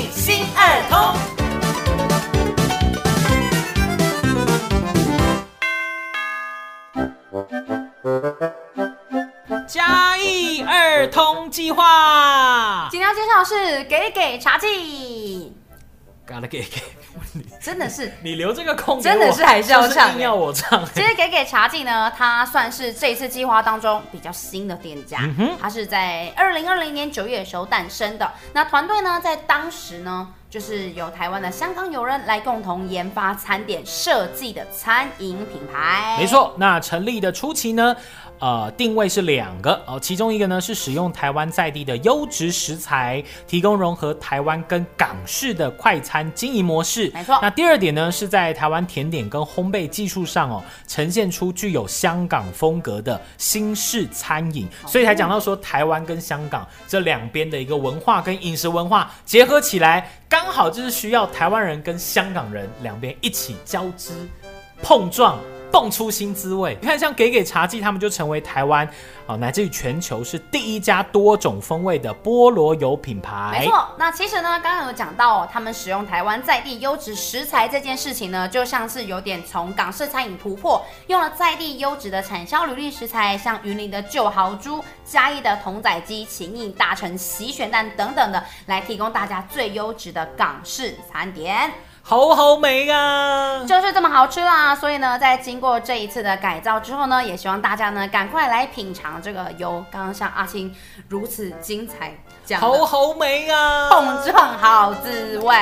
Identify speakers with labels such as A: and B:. A: 二通。嘉义二通计划，
B: 今天要介绍的是给给茶记，
A: 嘎啦给给，
B: 真的是。
A: 你留这个空给我
B: 真的是还是要唱
A: 就是硬要我唱、
B: 其实给给茶记呢，它算是这一次计划当中比较新的店家，
A: 嗯哼
B: 它是在二零二零年九月的时候诞生的。那团队呢，在当时呢，就是由台湾的香港友人来共同研发餐点设计的餐饮品牌。
A: 没，错，那成立的初期呢，呃，定位是两个哦，其中一个呢是使用台湾在地的优质食材，提供融合台湾跟港式的快餐经营模式。
B: 没错
A: 那第二点呢是在台湾甜点跟烘焙技术上哦，呈现出具有香港风格的新式餐饮，
B: 哦
A: 所以才讲到说台湾跟香港这两边的一个文化跟饮食文化结合起来，刚好就是需要台湾人跟香港人两边一起交织。碰撞。蹦出新滋味，你看像给给茶记，他们就成为台湾啊、乃至于全球是第一家多种风味的菠萝油品牌。
B: 没错，那其实呢，刚刚有讲到、哦，他们使用台湾在地优质食材这件事情呢，就像是有点从港式餐饮突破，用了在地优质的产销履历食材，像云林的旧豪猪、嘉义的童仔鸡、秦印、大成洗选蛋等等的，来提供大家最优质的港式餐点。
A: 好好美啊！
B: 就是这么好吃啦！所以呢，在经过这一次的改造之后呢，也希望大家呢赶快来品尝这个由刚刚像阿青如此精彩讲的
A: 好好美啊！
B: 碰撞好滋味。